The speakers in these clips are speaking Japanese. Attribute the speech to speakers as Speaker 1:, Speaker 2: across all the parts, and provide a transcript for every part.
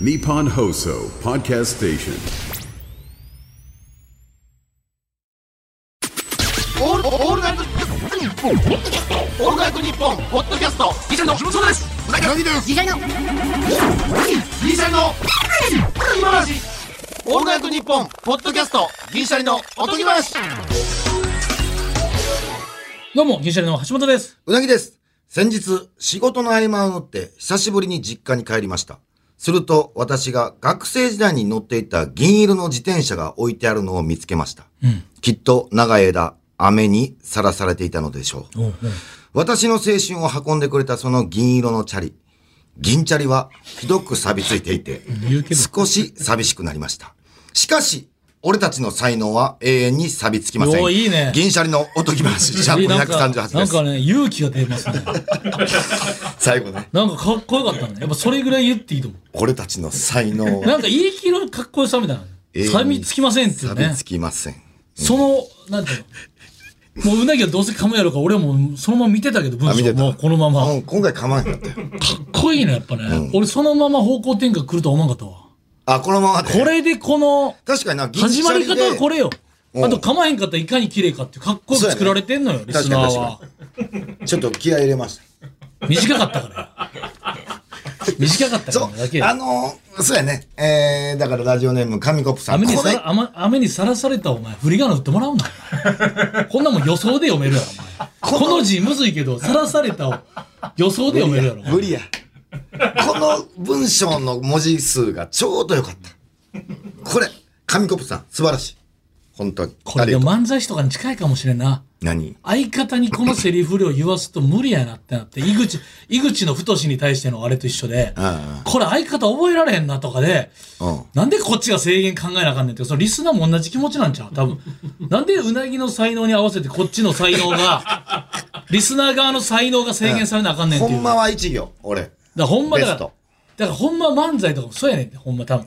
Speaker 1: Nippon Hoso Podcast Station.
Speaker 2: オールオールナイトニッポンオールナイトニッポンポッドキャストギシャリのそうです何ですギシャリのギシャリの今話オールナイトニッポンポッドキャストギシャリのおとぎ話
Speaker 3: どうも、銀シャリの橋本です。
Speaker 4: うなぎです。先日、仕事の合間を縫って、久しぶりに実家に帰りました。すると、私が学生時代に乗っていた銀色の自転車が置いてあるのを見つけました。きっと、長い間、雨にさらされていたのでしょう。私の青春を運んでくれたその銀色のチャリ。銀チャリは、ひどく錆びついていて、少し寂しくなりました。しかし、俺たちの才能は永遠に錆びつきません。
Speaker 3: おーいいね
Speaker 4: 銀シャリのおとぎ話、シャープ
Speaker 3: なんか、
Speaker 4: 238です。
Speaker 3: なんかね、勇気が出ま すね。
Speaker 4: 最後ね。
Speaker 3: なんかかっこよかったね。やっぱそれぐらい言っていいと思
Speaker 4: 俺たちの才能
Speaker 3: う。なんか言い切るかっこよさみたいな。錆びつきませんっていう
Speaker 4: 錆
Speaker 3: ね
Speaker 4: びつ。きません。
Speaker 3: その、なんていうの。もううなぎはどうせ噛むやろうから、俺はもうそのまま見てたけど、文
Speaker 4: あ見
Speaker 3: 章
Speaker 4: てた
Speaker 3: もうこのまま。
Speaker 4: うん、今回構わへんかったよ。
Speaker 3: かっこいいね、やっぱね。俺そのまま方向転換来るとは思わんかったわ。
Speaker 4: あ、このままで。
Speaker 3: これでこの、
Speaker 4: 確かにな、銀シ
Speaker 3: 始ま
Speaker 4: ャ
Speaker 3: り
Speaker 4: リで
Speaker 3: 方はこれよ。
Speaker 4: うん
Speaker 3: あと噛まへんかったらいかに綺麗かっていう、かっこよく作られてんのよ、リスナー
Speaker 4: 確
Speaker 3: は
Speaker 4: か。ちょっと気合い入れまし
Speaker 3: 短かったから。短かっ
Speaker 4: た。
Speaker 3: たか
Speaker 4: そ
Speaker 3: ら
Speaker 4: う
Speaker 3: だけ。。
Speaker 4: あのー、そうやね。えー、だからラジオネーム、紙コップさん。
Speaker 3: 雨に
Speaker 4: こ
Speaker 3: さ
Speaker 4: れ
Speaker 3: ら、雨雨にさらされたお前、振り仮名打ってもらうな。お前こんなもん予想で読めるやろ、お前。この字むずいけど、さらされたを予想で読めるやろ。
Speaker 4: 無理や。この文章の文字数がちょうどよかった。これ、紙コップさん、素晴らしい。本当に。
Speaker 3: これで
Speaker 4: ありがとう
Speaker 3: 漫才師とかに近いかもしれんな。
Speaker 4: 何
Speaker 3: 相方にこのセリフ量言わすと無理やなってなって、井口、井口の太に対してのあれと一緒で、
Speaker 4: あ
Speaker 3: これ相方覚えられへんなとかで、
Speaker 4: うん
Speaker 3: なんでこっちが制限考えなあかんねんって、そのリスナーも同じ気持ちなんちゃう多分。なんでうなぎの才能に合わせてこっちの才能が、リスナー側の才能が制限されなあかんねんって
Speaker 4: ほ
Speaker 3: いう。
Speaker 4: んまは一行、俺。
Speaker 3: だからほんまだか
Speaker 4: ベス
Speaker 3: ら
Speaker 4: ト、
Speaker 3: だからほんま漫才とかもそうやねんって、ほんま多分。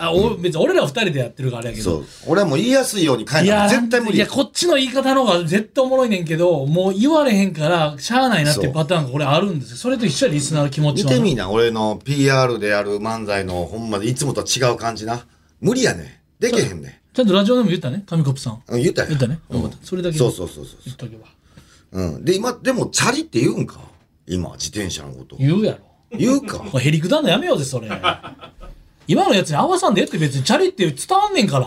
Speaker 3: あ、お別に俺ら二人でやってるからあれやけど。
Speaker 4: そう。俺はもう言いやすいように書いたの絶対無理
Speaker 3: いや、こっちの言い方の方が絶対おもろいねんけど、もう言われへんから、しゃあないなっていうパターンがこれあるんですよ。それと一緒や、リスナーの気持ち
Speaker 4: 見
Speaker 3: は。
Speaker 4: てみいな、俺の PR である漫才のほんまでいつもと違う感じな。無理やね。できへんね。
Speaker 3: ちゃんとラジオでも言ったね、紙コップさん。
Speaker 4: うん、言ったやん
Speaker 3: 言ったね。
Speaker 4: うん
Speaker 3: よかったそれだけ
Speaker 4: そうそうそうそ
Speaker 3: 言っとけば。
Speaker 4: う。うん。で、今、でも、チャリって言うんか今、自転車のこと。
Speaker 3: 言うやろ。
Speaker 4: 言うか
Speaker 3: これへりくだんのやめようぜ、 それ。今のやつに合わさんでええって別にチャリって伝わんねん から。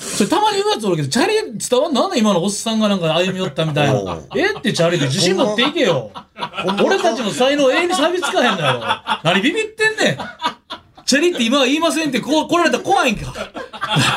Speaker 3: それたまに言うやつおるけど、チャリ伝わんのなんだ今のおっさんがなんか歩み寄ったみたい
Speaker 4: お
Speaker 3: な
Speaker 4: う。
Speaker 3: ええってチャリで自信持っていけ よ。 俺たちの才能永遠に錆びつかへんのよ。何ビビってんねん。チャリって今は言いませんってこう来られたら怖いんか。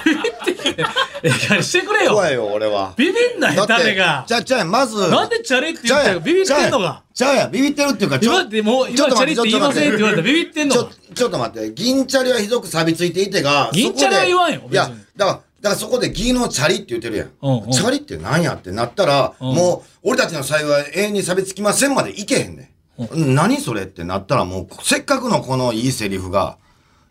Speaker 3: ビビってんねん。ええかしてくれよ。
Speaker 4: 怖いよ、俺は。
Speaker 3: ビビんなよ、誰が
Speaker 4: じ。ゃあ、じゃあ、まず。
Speaker 3: なんでチャリって言ったらビビってんのか。
Speaker 4: じゃあや、ビビってるっていうか、
Speaker 3: 今ってもう、
Speaker 4: ちょ
Speaker 3: 今
Speaker 4: っと
Speaker 3: チャ
Speaker 4: 待
Speaker 3: リ
Speaker 4: て
Speaker 3: って言いませんって言われたらビビってんの
Speaker 4: ちょ
Speaker 3: か。
Speaker 4: ちょっと待って、銀チャリはひどく錆びついていてが、
Speaker 3: 銀チャリは言わんよ
Speaker 4: そこでいや
Speaker 3: 別に、
Speaker 4: だから、だからそこで銀のチャリって言ってるやん。
Speaker 3: うんうん
Speaker 4: チャリってなんやってなったら、
Speaker 3: ん
Speaker 4: もう、俺たちの幸い永遠に錆びつきませんまでいけへんね、ん。何それってなったらもう、せっかくのこのいいセリフが、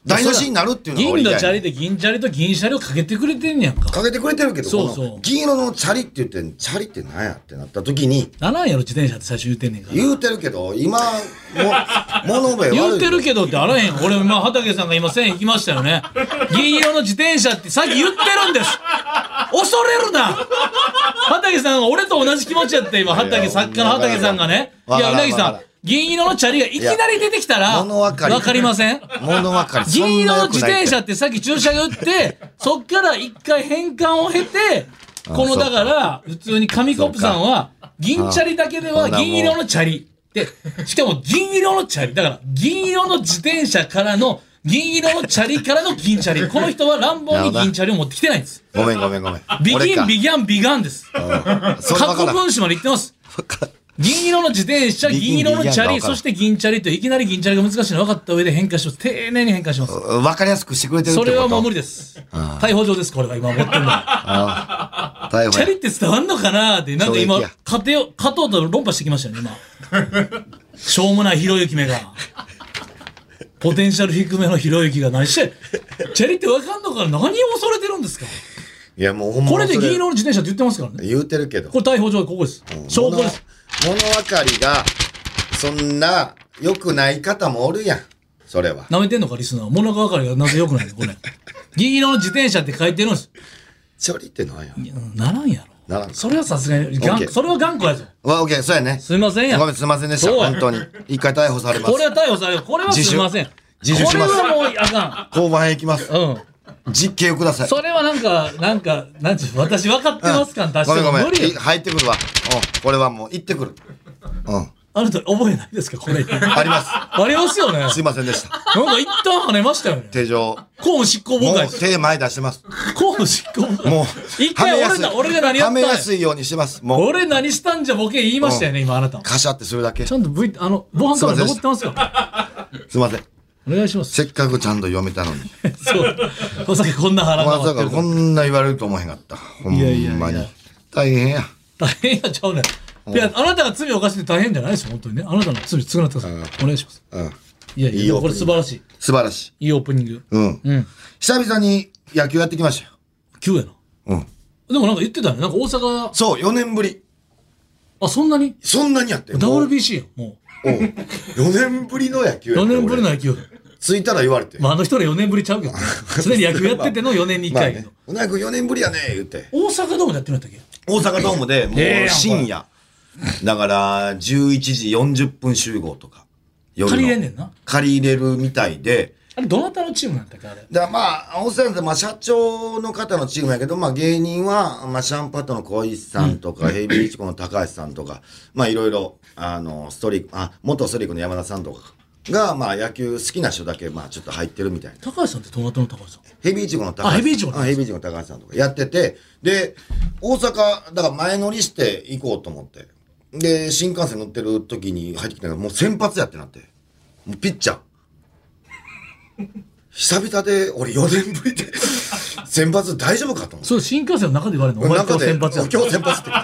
Speaker 4: 台無しになるっていうのが
Speaker 3: 銀
Speaker 4: 俺
Speaker 3: の
Speaker 4: 嫌
Speaker 3: チャ
Speaker 4: やね
Speaker 3: リ
Speaker 4: ん
Speaker 3: で銀チャリと銀シャリをかけてくれてんねやんか。
Speaker 4: かけてくれてるけど、
Speaker 3: そうそう
Speaker 4: この銀色のチャリって言ってん、チャリってなんやってなった時に、
Speaker 3: ならんやろ、自転車って最初言うてんねんから。
Speaker 4: 言うてるけど、今、も、 物部悪いよ
Speaker 3: 言うてるけどってあらへん。俺、今、畑さんが今、線引きましたよね。銀色の自転車ってさっき言ってるんです。恐れるな畑さんが俺と同じ気持ちやった今、畑、作家の畑さんがね。い
Speaker 4: わから
Speaker 3: や、
Speaker 4: ん
Speaker 3: うなぎさ
Speaker 4: わ
Speaker 3: ん
Speaker 4: からん、
Speaker 3: 銀色のチャリがいきなり出てきたら、
Speaker 4: 物分かり
Speaker 3: わかりません
Speaker 4: 物分かり。そ
Speaker 3: 銀
Speaker 4: んな
Speaker 3: 色の
Speaker 4: 良くないって
Speaker 3: 自転車ってさっき注射が打って、そっから一回変換を経て、こ
Speaker 4: そ
Speaker 3: の
Speaker 4: うか
Speaker 3: だから、普通に紙コップさんは、銀チャリだけで
Speaker 4: あ
Speaker 3: は
Speaker 4: んなもん
Speaker 3: 銀色のチャリ。で、しかも銀色のチャリ。だから、銀色の自転車からの、銀色のチャリからの銀チャリ。この人は乱暴に銀チャリを持ってきてないんです。
Speaker 4: ごめんごめんごめん。
Speaker 3: ビギ
Speaker 4: 俺か
Speaker 3: ン、ビギャン、ビガンです。
Speaker 4: それ
Speaker 3: 過
Speaker 4: わか
Speaker 3: 去
Speaker 4: らん
Speaker 3: 分子まで言ってます。銀色の自転車、
Speaker 4: ビギン
Speaker 3: 銀色のチャ
Speaker 4: ビギンが分
Speaker 3: リ、
Speaker 4: からん
Speaker 3: そして銀チャリといきなり銀チャリが難しいの分かった上で変化します。丁寧に変化します。
Speaker 4: わかりやすくしてくれてるって
Speaker 3: そ
Speaker 4: こと
Speaker 3: れはもう無理です。逮捕状です、これは今持っ てんのは。
Speaker 4: 逮捕
Speaker 3: チャリって伝わんのかなーって、なんか今
Speaker 4: 衝撃や、
Speaker 3: 勝てよ、勝とうと論破してきましたよね、今。しょうもないひろゆきめが。ポテンシャル低めのひろゆきが何して、チャリってわかんのかな何を恐れてるんですか
Speaker 4: いやもうほんま
Speaker 3: これで
Speaker 4: そ
Speaker 3: 銀色の自転車って言ってますからね。
Speaker 4: 言うてるけど
Speaker 3: こ。れ逮捕状、ここです。証拠です。
Speaker 4: 物。物分かりが、そんな良くない方もおるやん。それは。
Speaker 3: 舐めてんのか、リスナー。物が分かりがなぜ良くないのこれ。銀色の自転車って書いてるんです。
Speaker 4: チョリってなんや。
Speaker 3: いやならんやろ。
Speaker 4: ならん
Speaker 3: それはさすがに、がん
Speaker 4: OK
Speaker 3: それは頑固やぞ。
Speaker 4: わ、オッケー、そうやね。
Speaker 3: すいませんや
Speaker 4: ごめん、すいませんでした。
Speaker 3: そうや
Speaker 4: 本当に。一回逮捕されます
Speaker 3: こ。れは逮捕される。これはすいません。これ
Speaker 4: 自首自首します
Speaker 3: はもうあか
Speaker 4: 交番へ行きます。
Speaker 3: ん。うん。
Speaker 4: 実刑をください。
Speaker 3: それはなんか、なんか、なんちゅう、私分かってますかん、出し
Speaker 4: ごめ
Speaker 3: て
Speaker 4: んご
Speaker 3: も
Speaker 4: めん。
Speaker 3: 無理
Speaker 4: い
Speaker 3: や。
Speaker 4: 入ってくるわ。うん。これはもう、行ってくる。うん。
Speaker 3: あなた覚えないですか、これ。
Speaker 4: あります。
Speaker 3: ありますよね。なん
Speaker 4: すい
Speaker 3: か
Speaker 4: ませんでした。
Speaker 3: 一旦跳ねましたよね。
Speaker 4: 手錠。
Speaker 3: 公務執行妨
Speaker 4: も
Speaker 3: 害で
Speaker 4: う
Speaker 3: す。
Speaker 4: 手前出してます。
Speaker 3: 公務執行妨害。
Speaker 4: もう、
Speaker 3: 一回
Speaker 4: はめや
Speaker 3: 俺
Speaker 4: すい
Speaker 3: が俺が何やったんや
Speaker 4: はめやすいようにしてます。もう、
Speaker 3: 俺何したんじゃボケ言いましたよね、今あなた。
Speaker 4: カシャってするだけ。
Speaker 3: ち
Speaker 4: す
Speaker 3: ゃんと V、あの、防犯カメラ
Speaker 4: す
Speaker 3: 残
Speaker 4: いません
Speaker 3: ってますから。
Speaker 4: いません。
Speaker 3: お願いします。
Speaker 4: せっかくちゃんと読めたのに。
Speaker 3: そう。まさかこんな腹
Speaker 4: ま
Speaker 3: 回
Speaker 4: さ
Speaker 3: って
Speaker 4: か
Speaker 3: ると
Speaker 4: こんな言われると思わへんかった。ほん
Speaker 3: いやいや
Speaker 4: ま
Speaker 3: い
Speaker 4: に
Speaker 3: や。
Speaker 4: 大変や。
Speaker 3: 大変やちゃうねん。いや、あなたが罪を犯して大変じゃないですよ、本当にね。あなたの罪償ってください。お願いします。
Speaker 4: うん。
Speaker 3: いやいや、
Speaker 4: いいオー
Speaker 3: こ
Speaker 4: プニング
Speaker 3: れ素晴らしい。
Speaker 4: 素晴らしい。
Speaker 3: いいオープニング。
Speaker 4: うん。
Speaker 3: うん。
Speaker 4: 久々に野球やってきましたよ。
Speaker 3: 急やな。
Speaker 4: うん。
Speaker 3: でもなんか言ってたね。なんか大阪、
Speaker 4: そう、4年ぶり。
Speaker 3: あ、そんなに
Speaker 4: そんなにやってんもう
Speaker 3: ?WBC やん、も
Speaker 4: おう4年ぶりの野球
Speaker 3: う。
Speaker 4: や
Speaker 3: 4
Speaker 4: って
Speaker 3: 年ぶりの
Speaker 4: 俺
Speaker 3: 野球。
Speaker 4: 着いたら言われて。
Speaker 3: まあ、あの人ら4年ぶりちゃうけどね。常に野球やってての4年に1
Speaker 4: まあ
Speaker 3: 回やけ
Speaker 4: ね
Speaker 3: ど。。
Speaker 4: うなぎくん4年ぶりやね、言って。
Speaker 3: 大阪ドームでやってるんだったっけ
Speaker 4: 大阪ドームで、も
Speaker 3: ええやん
Speaker 4: う深夜。だから、11時40分集合とか。夜の
Speaker 3: 借りれんねんな。
Speaker 4: 借り入れるみたいで。
Speaker 3: あれ、どなたのチームなんだっけ、あれ。
Speaker 4: だからまあ、おそらくまあ社長の方のチームやけど、まあ芸人は、まあシャンパッドの小石さんとか、ヘビーイチコの高橋さんとか、まあいろいろ、あの、ストリーク、あ、元ストリークの山田さんとかが、まあ野球好きな人だけ、まあちょっと入ってるみたいな。
Speaker 3: 高橋さんってどなたの高橋さん
Speaker 4: ヘビーイチゴの高橋
Speaker 3: あヘビーイチゴの
Speaker 4: あヘビーイチゴの高橋さんとかやってて、で、大阪、だから前乗りして行こうと思って。で、新幹線乗ってる時に入ってきたのが、もう先発やってなって。もうピッチャー。 久々で、俺4年ぶりで、先発大丈夫かと思って。
Speaker 3: それ新幹線の中で言われるのお前今日先発や
Speaker 4: 今日先発って言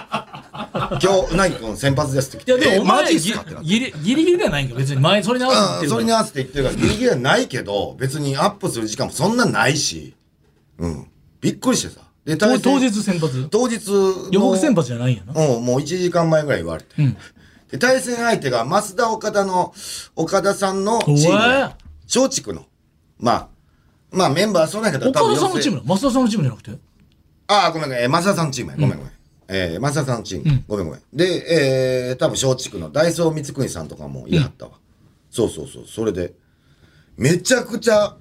Speaker 4: って。今日、うなぎくん先発ですって言
Speaker 3: いや
Speaker 4: って。
Speaker 3: でもお
Speaker 4: えマジっ
Speaker 3: 前ギ
Speaker 4: す
Speaker 3: リ
Speaker 4: かってなって。
Speaker 3: ギリギリギリではないんか別に前それに合わせ
Speaker 4: う
Speaker 3: て
Speaker 4: ん
Speaker 3: 言
Speaker 4: それ
Speaker 3: って
Speaker 4: に
Speaker 3: るか
Speaker 4: 合
Speaker 3: ら
Speaker 4: わせて言ってるから、ギリギリはないけど、別にアップする時間もそんなないし、うん。びっくりしてさ。で、対
Speaker 3: 当
Speaker 4: 戦
Speaker 3: 当日先発
Speaker 4: 当日の。
Speaker 3: 予告先発じゃないんやな
Speaker 4: うん、もう1時間前ぐらい言われて。で、対戦相手が、増田岡田の、岡田さんのチームで
Speaker 3: うわ。
Speaker 4: 松竹の。まあ、まあメンバーそうなんやけど、
Speaker 3: 岡田さんのチーム
Speaker 4: ム
Speaker 3: なの増田さんのチームじゃなくて
Speaker 4: ああ、ごめんごめん。えー増田さんのチームや。ごめんごめん。えー、増田さんのチーム、ごめんごめん。で、えー、多分松竹のダイソー光国さんとかも言いはったわ。そうそうそう。それで、めちゃくちゃ、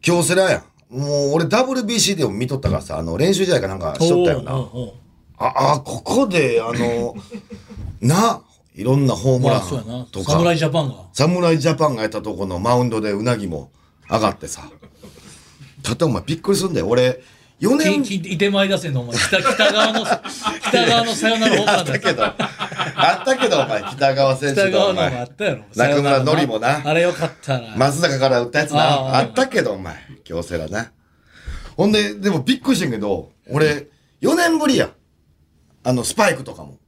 Speaker 4: 京セラやん。もう俺 WBC でも見とったからさ、あの練習試合かなんかしとったよな。
Speaker 3: おうおうおう
Speaker 4: ああ、ここで、あ の、な、いろんなホーム
Speaker 3: ま
Speaker 4: ラ
Speaker 3: あそうやな
Speaker 4: ンとか、
Speaker 3: 侍ジャパンが
Speaker 4: 侍ジャパンがやったとこのマウンドでうなぎも上がってさ。ちょっとお前びっくりすんだよ。俺、4
Speaker 3: き
Speaker 4: 年、
Speaker 3: きいて前出せんのお前北北 側の北側のサヨナラホーム
Speaker 4: あ
Speaker 3: ラ
Speaker 4: っ
Speaker 3: ン
Speaker 4: た
Speaker 3: だよ
Speaker 4: けど、あったけどお前、北川選
Speaker 3: 北
Speaker 4: 手だ
Speaker 3: 側
Speaker 4: お
Speaker 3: のもあ
Speaker 4: 前
Speaker 3: っ。たやろ
Speaker 4: 中村
Speaker 3: サヨナラ
Speaker 4: のりもな
Speaker 3: あれよかったな
Speaker 4: 松坂から打ったやつ
Speaker 3: ああ
Speaker 4: な。あったけどお前、京セラな。ほんで、でもびっくりしてんけど、俺、4年ぶりや。あの、スパイクとかも、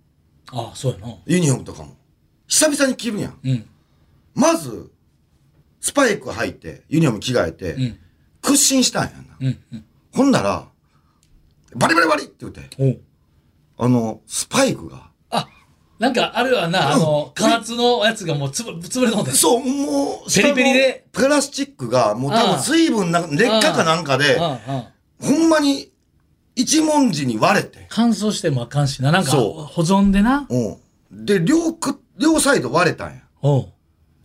Speaker 3: あそうやな
Speaker 4: ユニフォームとかも。久々に着るやん。
Speaker 3: うん
Speaker 4: まず、スパイク履いて、ユニフォーム着替えて、
Speaker 3: ん
Speaker 4: 屈伸したんやな。
Speaker 3: うんうん
Speaker 4: ほんなら、バリバリバリって言って、
Speaker 3: おう
Speaker 4: あの、スパイクが、
Speaker 3: あなんかあるわなあの加圧のやつがもうつぶ潰れたもんだよ
Speaker 4: そう、もう、
Speaker 3: ペリペリで
Speaker 4: 下のプラスチックが、もう多
Speaker 3: ああ
Speaker 4: 分水分な、劣化かなんかで、
Speaker 3: ああああ
Speaker 4: ほんまに、一文字に割れて、
Speaker 3: 乾燥してもあかんしな。なんか、
Speaker 4: そう
Speaker 3: 保存でな。
Speaker 4: うん。で、両く、両サイド割れたんや。
Speaker 3: おう。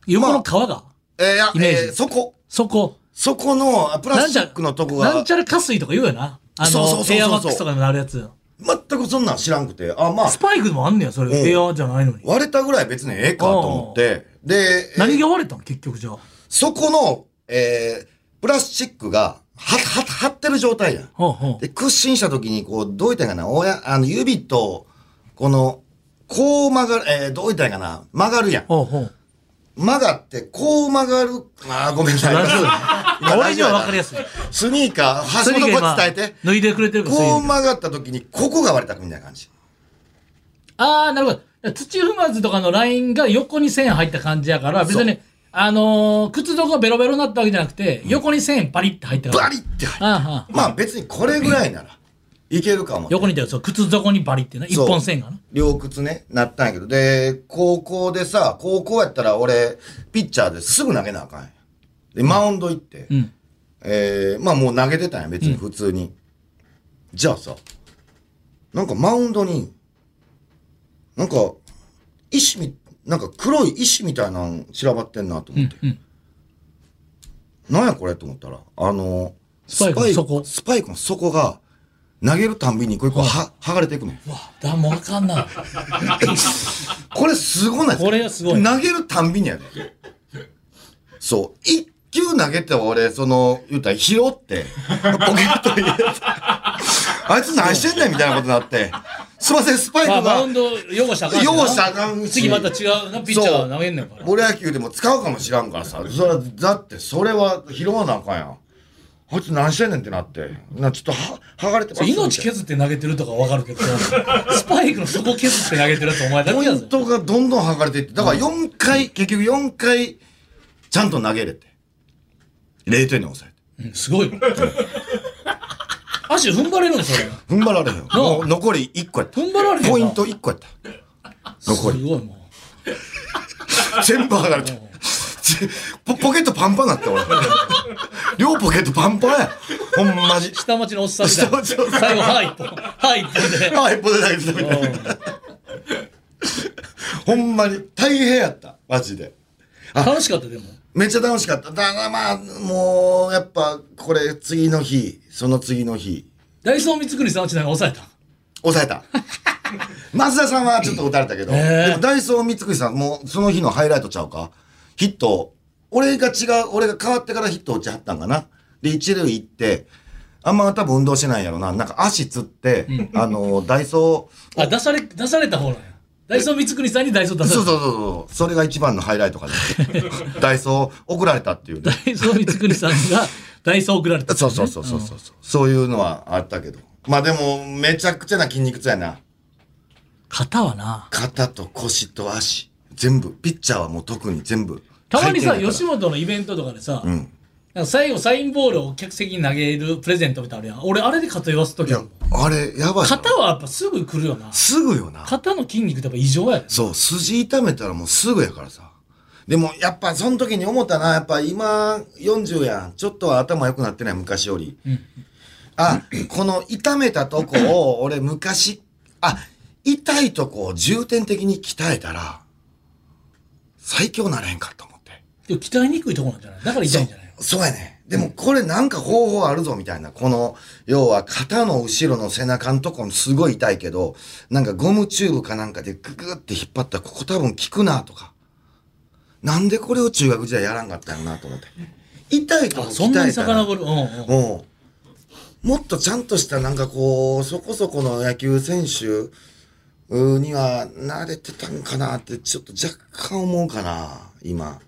Speaker 3: 横の皮が、
Speaker 4: えーいや
Speaker 3: イメージ
Speaker 4: えーそこ、
Speaker 3: そこ。
Speaker 4: そこの、あプラスチックのとこ
Speaker 3: な
Speaker 4: が
Speaker 3: んち、ゃら加水とか言うよな。あ
Speaker 4: そうそうそう
Speaker 3: の、
Speaker 4: そう
Speaker 3: エアマックスとかになるやつ。
Speaker 4: 全くそんなん知らんくて、あ、まあ
Speaker 3: ス、パイクでもあんねや、それ。
Speaker 4: うん
Speaker 3: エアじゃないのに。
Speaker 4: 割れたぐらい別にええかと思って、で、
Speaker 3: 何が割れたん結局じゃあ。
Speaker 4: そこの、えー、プラスチックが、は、は、張ってる状態やん。
Speaker 3: ほうほう
Speaker 4: で、屈伸した時に、こう、どういったんやかな、親、あの、指と、この、こう曲がる、えー、どういったんやかな、曲がるやん。
Speaker 3: ほうほう。
Speaker 4: 曲がって、こう曲がる、あーごめんなさい。
Speaker 3: ラジオや
Speaker 4: 今
Speaker 3: 俺には分かりやすい。
Speaker 4: スニーカー、橋
Speaker 3: それ
Speaker 4: 本
Speaker 3: が
Speaker 4: こ
Speaker 3: 今
Speaker 4: っち伝えて。
Speaker 3: 脱いでくれてるから、
Speaker 4: こう
Speaker 3: 水
Speaker 4: 曲がった時に、ここが割れたみたいな感じ。
Speaker 3: ああ、なるほど。土踏まずとかのラインが横に線入った感じやから、別
Speaker 4: そ
Speaker 3: に
Speaker 4: う、
Speaker 3: あのー靴底がベロベロになったわけじゃなくて、横に線パリって入ったから。
Speaker 4: バリって入っ
Speaker 3: あああ
Speaker 4: て。
Speaker 3: あ
Speaker 4: まあ別にこれぐらいなら、いけるかも。
Speaker 3: 横にだよ、そう、靴底にバリってな。一
Speaker 4: そう
Speaker 3: 本線がな。
Speaker 4: 両靴ね、なったんやけど。で、高校でさ、高校やったら俺、ピッチャーですぐ投げなあかんやん。で、マウンド行って、
Speaker 3: うん。
Speaker 4: えー、まあもう投げてたんや、別に普通に。じゃあさ、なんかマウンドに、なんか、石み、なんか黒い石みたいなの散らばってんなと思って。
Speaker 3: うん。
Speaker 4: なんやこれと思ったら、あの、
Speaker 3: スパイクの底
Speaker 4: スパイクの底が、投げるたんびに一個一個は、剥がれていくの。
Speaker 3: うわ、だ、もうあか んな。
Speaker 4: これすごないですか
Speaker 3: これがすごい
Speaker 4: 投げるたんびにやで。そう。一球投げて俺、その、言うたら拾って、ポケットに入れて、あいつ何してんねんみたいなことになって、すいません、スパイク
Speaker 3: まあ、マ
Speaker 4: が
Speaker 3: ウンド汚したらあかんしな
Speaker 4: 用意したらあかんし
Speaker 3: 次また違うな、ピッチャー投げんねんから。
Speaker 4: ボレ野球でも使うかもしらんからさ。それはだって、それは拾わなあかんやん。あいつ何してんねんってなって、なちょっとは、剥がれてます
Speaker 3: 命削って投げてるとかわか るけど、スパイクの底削って投げてるやつお前だ
Speaker 4: ポ
Speaker 3: け
Speaker 4: イ
Speaker 3: や
Speaker 4: ン
Speaker 3: ぞ。
Speaker 4: トがどんどん剥がれていって、だから4回、結局4回、ちゃんと投げれて、0点に抑えて。
Speaker 3: うんすごいよ。足踏ん張れるんそれ。
Speaker 4: 踏ん張られへんよ。
Speaker 3: あ
Speaker 4: もう残り1個やった。
Speaker 3: 踏ん張られへんな
Speaker 4: ポイント1個やった。
Speaker 3: すご
Speaker 4: 残
Speaker 3: い
Speaker 4: り。
Speaker 3: もう。
Speaker 4: 全部剥がれた。ち ポポケットパンパンなった俺。 両ポケットパンパンや。ほんまじ。
Speaker 3: 下町のおっさんみたいな
Speaker 4: 下町のおっさん
Speaker 3: 最後、歯一本。歯一本
Speaker 4: あ、一歩で投げてたみたい な。
Speaker 3: で。
Speaker 4: ほんまに。大変やった。マジで。
Speaker 3: うん楽しかった、でも。
Speaker 4: めっちゃ楽しかった。だからまあ、もう、やっぱ、これ、次の日、その次の日、
Speaker 3: ダイソー三國さんちなんか抑えた。
Speaker 4: 抑え た。松田さんはちょっと打たれたけど、
Speaker 3: えー
Speaker 4: でもダイソー三國さんもその日のハイライトちゃうかヒット、俺が違う、俺が変わってからヒット打ちはったんかな。で、一塁行って、あんま多分運動してないんやろな。なんか足つって、あの、ダイソー、
Speaker 3: あ、出され、出された方なんや。ダイソー三國さんにダイソー出され
Speaker 4: そ
Speaker 3: た。
Speaker 4: うそうそうそう、それが一番のハイライト かな。ダイソー送られたっていうね、
Speaker 3: ダイソー三國さんがダイソー送られた。
Speaker 4: そうそうそうそうそう。そういうのはあったけど。まあでも、めちゃくちゃな筋肉痛やな。
Speaker 3: 肩はな。
Speaker 4: 肩と腰と足全部ピッチャーはもう特に全部
Speaker 3: たまにさ、
Speaker 4: 回転や
Speaker 3: 吉本のイベントとかでさ、
Speaker 4: ん
Speaker 3: なんか最後サインボールを客席に投げるプレゼントみたいなのあるやん。俺、あれで肩言わすときは。
Speaker 4: からあれやばいな
Speaker 3: 肩はやっぱすぐ来るよな。
Speaker 4: すぐよな
Speaker 3: 肩の筋肉ってやっぱ異常やで。
Speaker 4: そう筋痛めたらもうすぐやからさでもやっぱその時に思ったなやっぱ今40やんちょっとは頭良くなってない昔より、あこの痛めたとこ を俺昔あ痛いとこを重点的に鍛えたら最強なれへんかと思って
Speaker 3: でも鍛えにくいとこなんじゃないだから痛いんじゃないの
Speaker 4: そうやね。でもこれなんか方法あるぞみたいな。この、要は肩の後ろの背中のとこもすごい痛いけど、なんかゴムチューブかなんかでググって引っ張ったらここ多分効くなとか。なんでこれを中学時代やらんかったんやろなと思って。痛いとこ
Speaker 3: あそんな
Speaker 4: 鍛
Speaker 3: に
Speaker 4: えたら
Speaker 3: 遡る。うんうん。
Speaker 4: もう、もっとちゃんとしたなんかこう、そこそこの野球選手うーには慣れてたんかなってちょっと若干思うかな、今。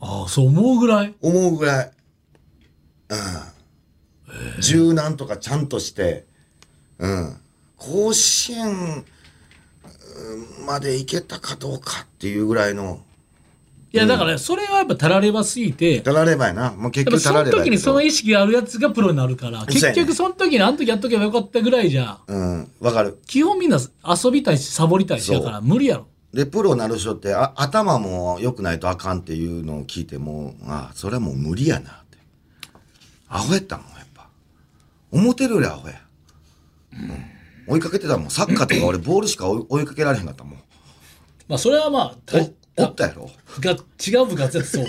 Speaker 3: ああ、そう思うぐらい。
Speaker 4: 思うぐらい、うん、柔軟とかちゃんとして、うん、甲子園うんまで行けたかどうかっていうぐらいの
Speaker 3: いや、だから、それはやっぱたらればすぎて、
Speaker 4: たらればやなもう結
Speaker 3: やっぱ
Speaker 4: 局た
Speaker 3: そ
Speaker 4: ら
Speaker 3: の
Speaker 4: ればや
Speaker 3: 時
Speaker 4: け
Speaker 3: に
Speaker 4: ど
Speaker 3: その意識があるやつがプロになるか
Speaker 4: そ
Speaker 3: ら、
Speaker 4: うや
Speaker 3: 結
Speaker 4: ね
Speaker 3: 局その時にあの時やっとけばよかったぐらいじゃ、
Speaker 4: うんわかる
Speaker 3: 基本みんな遊びたいし、サボりたいし
Speaker 4: そう
Speaker 3: だから無理やろ。
Speaker 4: でプロなる人ってあ頭も良くないとあかんっていうのを聞いてもうあそれはもう無理やなってアホやったもんやっぱ思ってるよりアホや、うん、追いかけてたもんサッカーとか俺ボールしか追い追いかけられへんかったもん
Speaker 3: まあ、それはまあ、た
Speaker 4: おおったやろ
Speaker 3: が違う部活やってそう。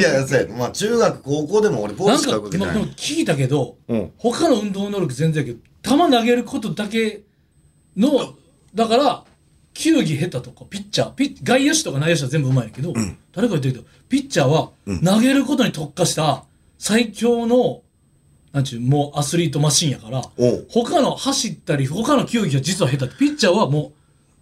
Speaker 4: いやいやそうやまあ中学高校でも俺ボー
Speaker 3: な
Speaker 4: ル
Speaker 3: ん
Speaker 4: しか追い
Speaker 3: か、
Speaker 4: かけて
Speaker 3: 今
Speaker 4: な
Speaker 3: で
Speaker 4: い
Speaker 3: も
Speaker 4: もん
Speaker 3: 聞いたけど、
Speaker 4: うん
Speaker 3: 他の運動能力全然やけど、球投げることだけの、だから、球技下手とか、ピッチャー、ピッ外野手とか内野手は全部うまいんやけど、誰か言ってるけど、ピッチャーは投げることに特化した最強の、なんちゅう、もうアスリートマシンやから
Speaker 4: おう、
Speaker 3: 他の走ったり、他の球技は実は下手って、ピッチャーはも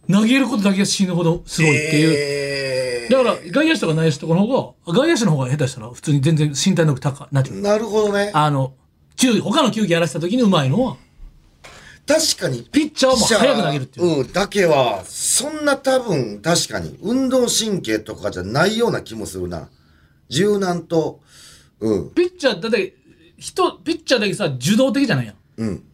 Speaker 3: う投げることだけが死ぬほどすごいってい
Speaker 4: え
Speaker 3: う。だから、外野手とか内野手とかの方が、外野手の方が下手したら、普通に全然身体能力高い。なんていう
Speaker 4: ー、
Speaker 3: の
Speaker 4: なるほどね
Speaker 3: あの、球技、他の球技やらせた時にうまいのは、
Speaker 4: 確かに
Speaker 3: ピッチャーも
Speaker 4: ピッチャ
Speaker 3: 早く投げるっていう。
Speaker 4: うんだけはそんな多分確かに運動神経とかじゃないような気もするな柔軟とうん
Speaker 3: ピッチャー、だって、人、ピッチャーだけさ、受動的じゃないやん。
Speaker 4: うん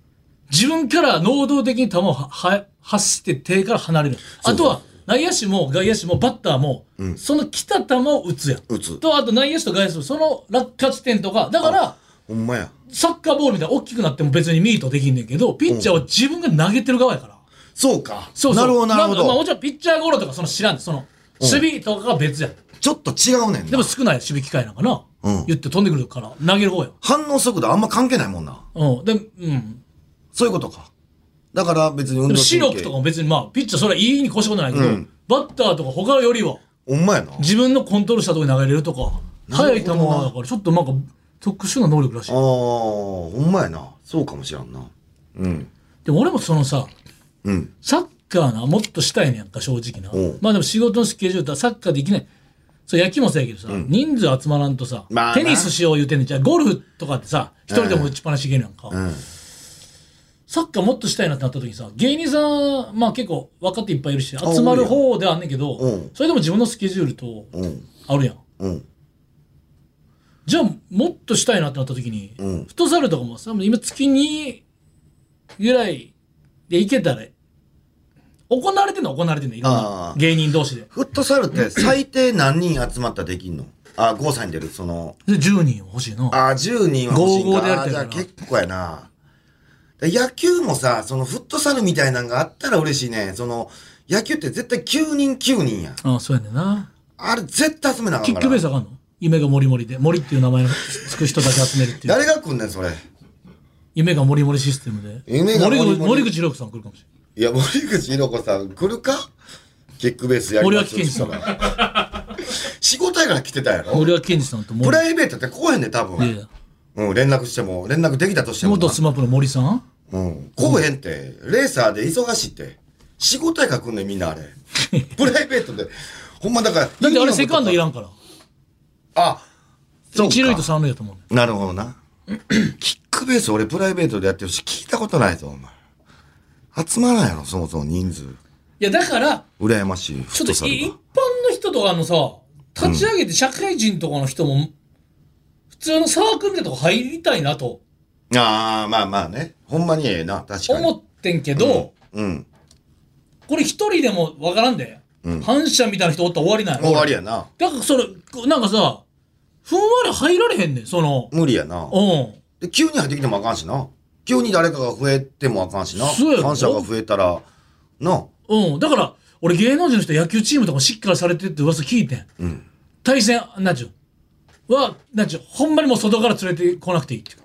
Speaker 3: 自分から能動的に球をは、は、走って手から離れる。あとは、内野手も外野手もバッターも、その来た球を打つやん。
Speaker 4: 打つ
Speaker 3: と、あと内野手と外野手とその落下地点とか、だから、
Speaker 4: ほんまや。
Speaker 3: サッカーボールみたいな大きくなっても別にミートできんねんけど、ピッチャーは自分が投げてる側やから。
Speaker 4: そうか。
Speaker 3: そうそ
Speaker 4: な
Speaker 3: う。
Speaker 4: るほど、なるほ
Speaker 3: んかまあも
Speaker 4: ど。
Speaker 3: ちろんピッチャーゴロとかその知らんで、その、守備とかが別やん。
Speaker 4: ちょっと違うねん
Speaker 3: で
Speaker 4: な
Speaker 3: も。少ない守備機会なんかな。
Speaker 4: うん
Speaker 3: 言って飛んでくるから、投げる方や。
Speaker 4: 反応速度あんま関係ないもんな。
Speaker 3: うん。で、うん。
Speaker 4: そういうことか。だから別に運
Speaker 3: で
Speaker 4: 動神
Speaker 3: も
Speaker 4: 経
Speaker 3: 視力とかも別にまあ、ピッチャーそれはいいに越したことないけど、バッターとか他よりは、
Speaker 4: ほんまやな。
Speaker 3: 自分のコントロールしたとこに投げれるとか、
Speaker 4: なるほど
Speaker 3: 速い球だから、ちょっとなんか、特殊な能力らしい
Speaker 4: ああ、。ほんまやな。そうかもしらんな。うん。
Speaker 3: でも俺もそのさ、
Speaker 4: うん。
Speaker 3: サッカーな、もっとしたいねやんか、正直な
Speaker 4: おう。
Speaker 3: まあでも仕事のスケジュールだサッカーできない。そう、野球もそうやけどさ、人数集まらんとさ、
Speaker 4: まあな
Speaker 3: テニスしよう言うてんねん。じゃあゴルフとかってさ、一人でも打ちっぱなしいけるやんか。
Speaker 4: うん。
Speaker 3: サッカーもっとしたいなってなった時にさ、芸人さん、まあ結構若手いっぱいいるし、集まる方ではあんねんけど
Speaker 4: うん、
Speaker 3: それでも自分のスケジュールと、
Speaker 4: うん。
Speaker 3: あるやん。
Speaker 4: うん。
Speaker 3: じゃあ、もっとしたいなってなった時に、
Speaker 4: うん
Speaker 3: フットサルとかもさ、今月2ぐらいで行けたら、行われてんの行われてんのいろん
Speaker 4: あ
Speaker 3: な
Speaker 4: ー
Speaker 3: 芸人同士で。
Speaker 4: フットサルって最低何人集まったらできんのあ、5歳に出る、その。
Speaker 3: で、10人欲しいな。
Speaker 4: あ、10人は欲しいん
Speaker 3: 55
Speaker 4: か。
Speaker 3: でやり
Speaker 4: あ
Speaker 3: たい
Speaker 4: じ
Speaker 3: か
Speaker 4: ゃあ
Speaker 3: ら
Speaker 4: 結構やな。で野球もさ、そのフットサルみたいなのがあったら嬉しいね。その、野球って絶対9人9人やん。
Speaker 3: ああ、そうやねんな。
Speaker 4: あれ絶対集めなあか
Speaker 3: キ
Speaker 4: んか
Speaker 3: ッ
Speaker 4: ら。
Speaker 3: クベースあかんの夢がモリモリで。森っていう名前のつく人だけ集め るっていう。
Speaker 4: 誰が来んねん、それ。
Speaker 3: 夢がモリモリシステムで。
Speaker 4: 夢がモリモリ
Speaker 3: 森口森口博子さん来るかもしれない。
Speaker 4: いや、森口博子さん来るかキックベースやります
Speaker 3: 森脇健児さん
Speaker 4: 仕事やから来てたやろ
Speaker 3: 森脇健児さんと森
Speaker 4: プライベートって来へんねん多
Speaker 3: いやい
Speaker 4: 分。
Speaker 3: や
Speaker 4: うん、連絡しても、連絡できたとしてもな。
Speaker 3: 元スマップの森さん
Speaker 4: うん。来へんって、レーサーで忙しいって。仕事やから来んねん、みん なあれ。プライベートで。ほんまだから。
Speaker 3: だってあれセカンドいら
Speaker 4: ん。
Speaker 3: んから。
Speaker 4: あ、そうか
Speaker 3: 一塁と三塁だと思うねん。
Speaker 4: なるほどな。 キックベース俺プライベートでやってるし、聞いたことないぞ、お前。集まらんやろ、そもそも人数。
Speaker 3: いや、だから、
Speaker 4: 羨ましい。フ
Speaker 3: ち
Speaker 4: ッ
Speaker 3: ょっと
Speaker 4: ト
Speaker 3: 一
Speaker 4: サル
Speaker 3: 般
Speaker 4: が
Speaker 3: の人とかのさ、立ち上げて社会人とかの人も、普通のサークルみたいなとこ入りたいなと
Speaker 4: ああ、まあまあね。ほんまにええな、確かに。
Speaker 3: 思ってんけど、
Speaker 4: うん。
Speaker 3: これ一人でもわからんで、反射みたいな人おったら終わりなんやろ
Speaker 4: 終わりやな。
Speaker 3: だからそれ、なんかさ、ふんわり入られへんねん、その、
Speaker 4: 無理やな。
Speaker 3: うん。
Speaker 4: で、急に入ってきてもあかんしな。急に誰かが増えてもあかんしな。
Speaker 3: そうやろ
Speaker 4: 感謝が増えたら、な。
Speaker 3: うん。だから、俺芸能人の人野球チームとかもしっかりされてるって噂聞いてん。対戦、なんちゅう。は、なんちゅう、ほんまにもう外から連れてこなくていいっていうか。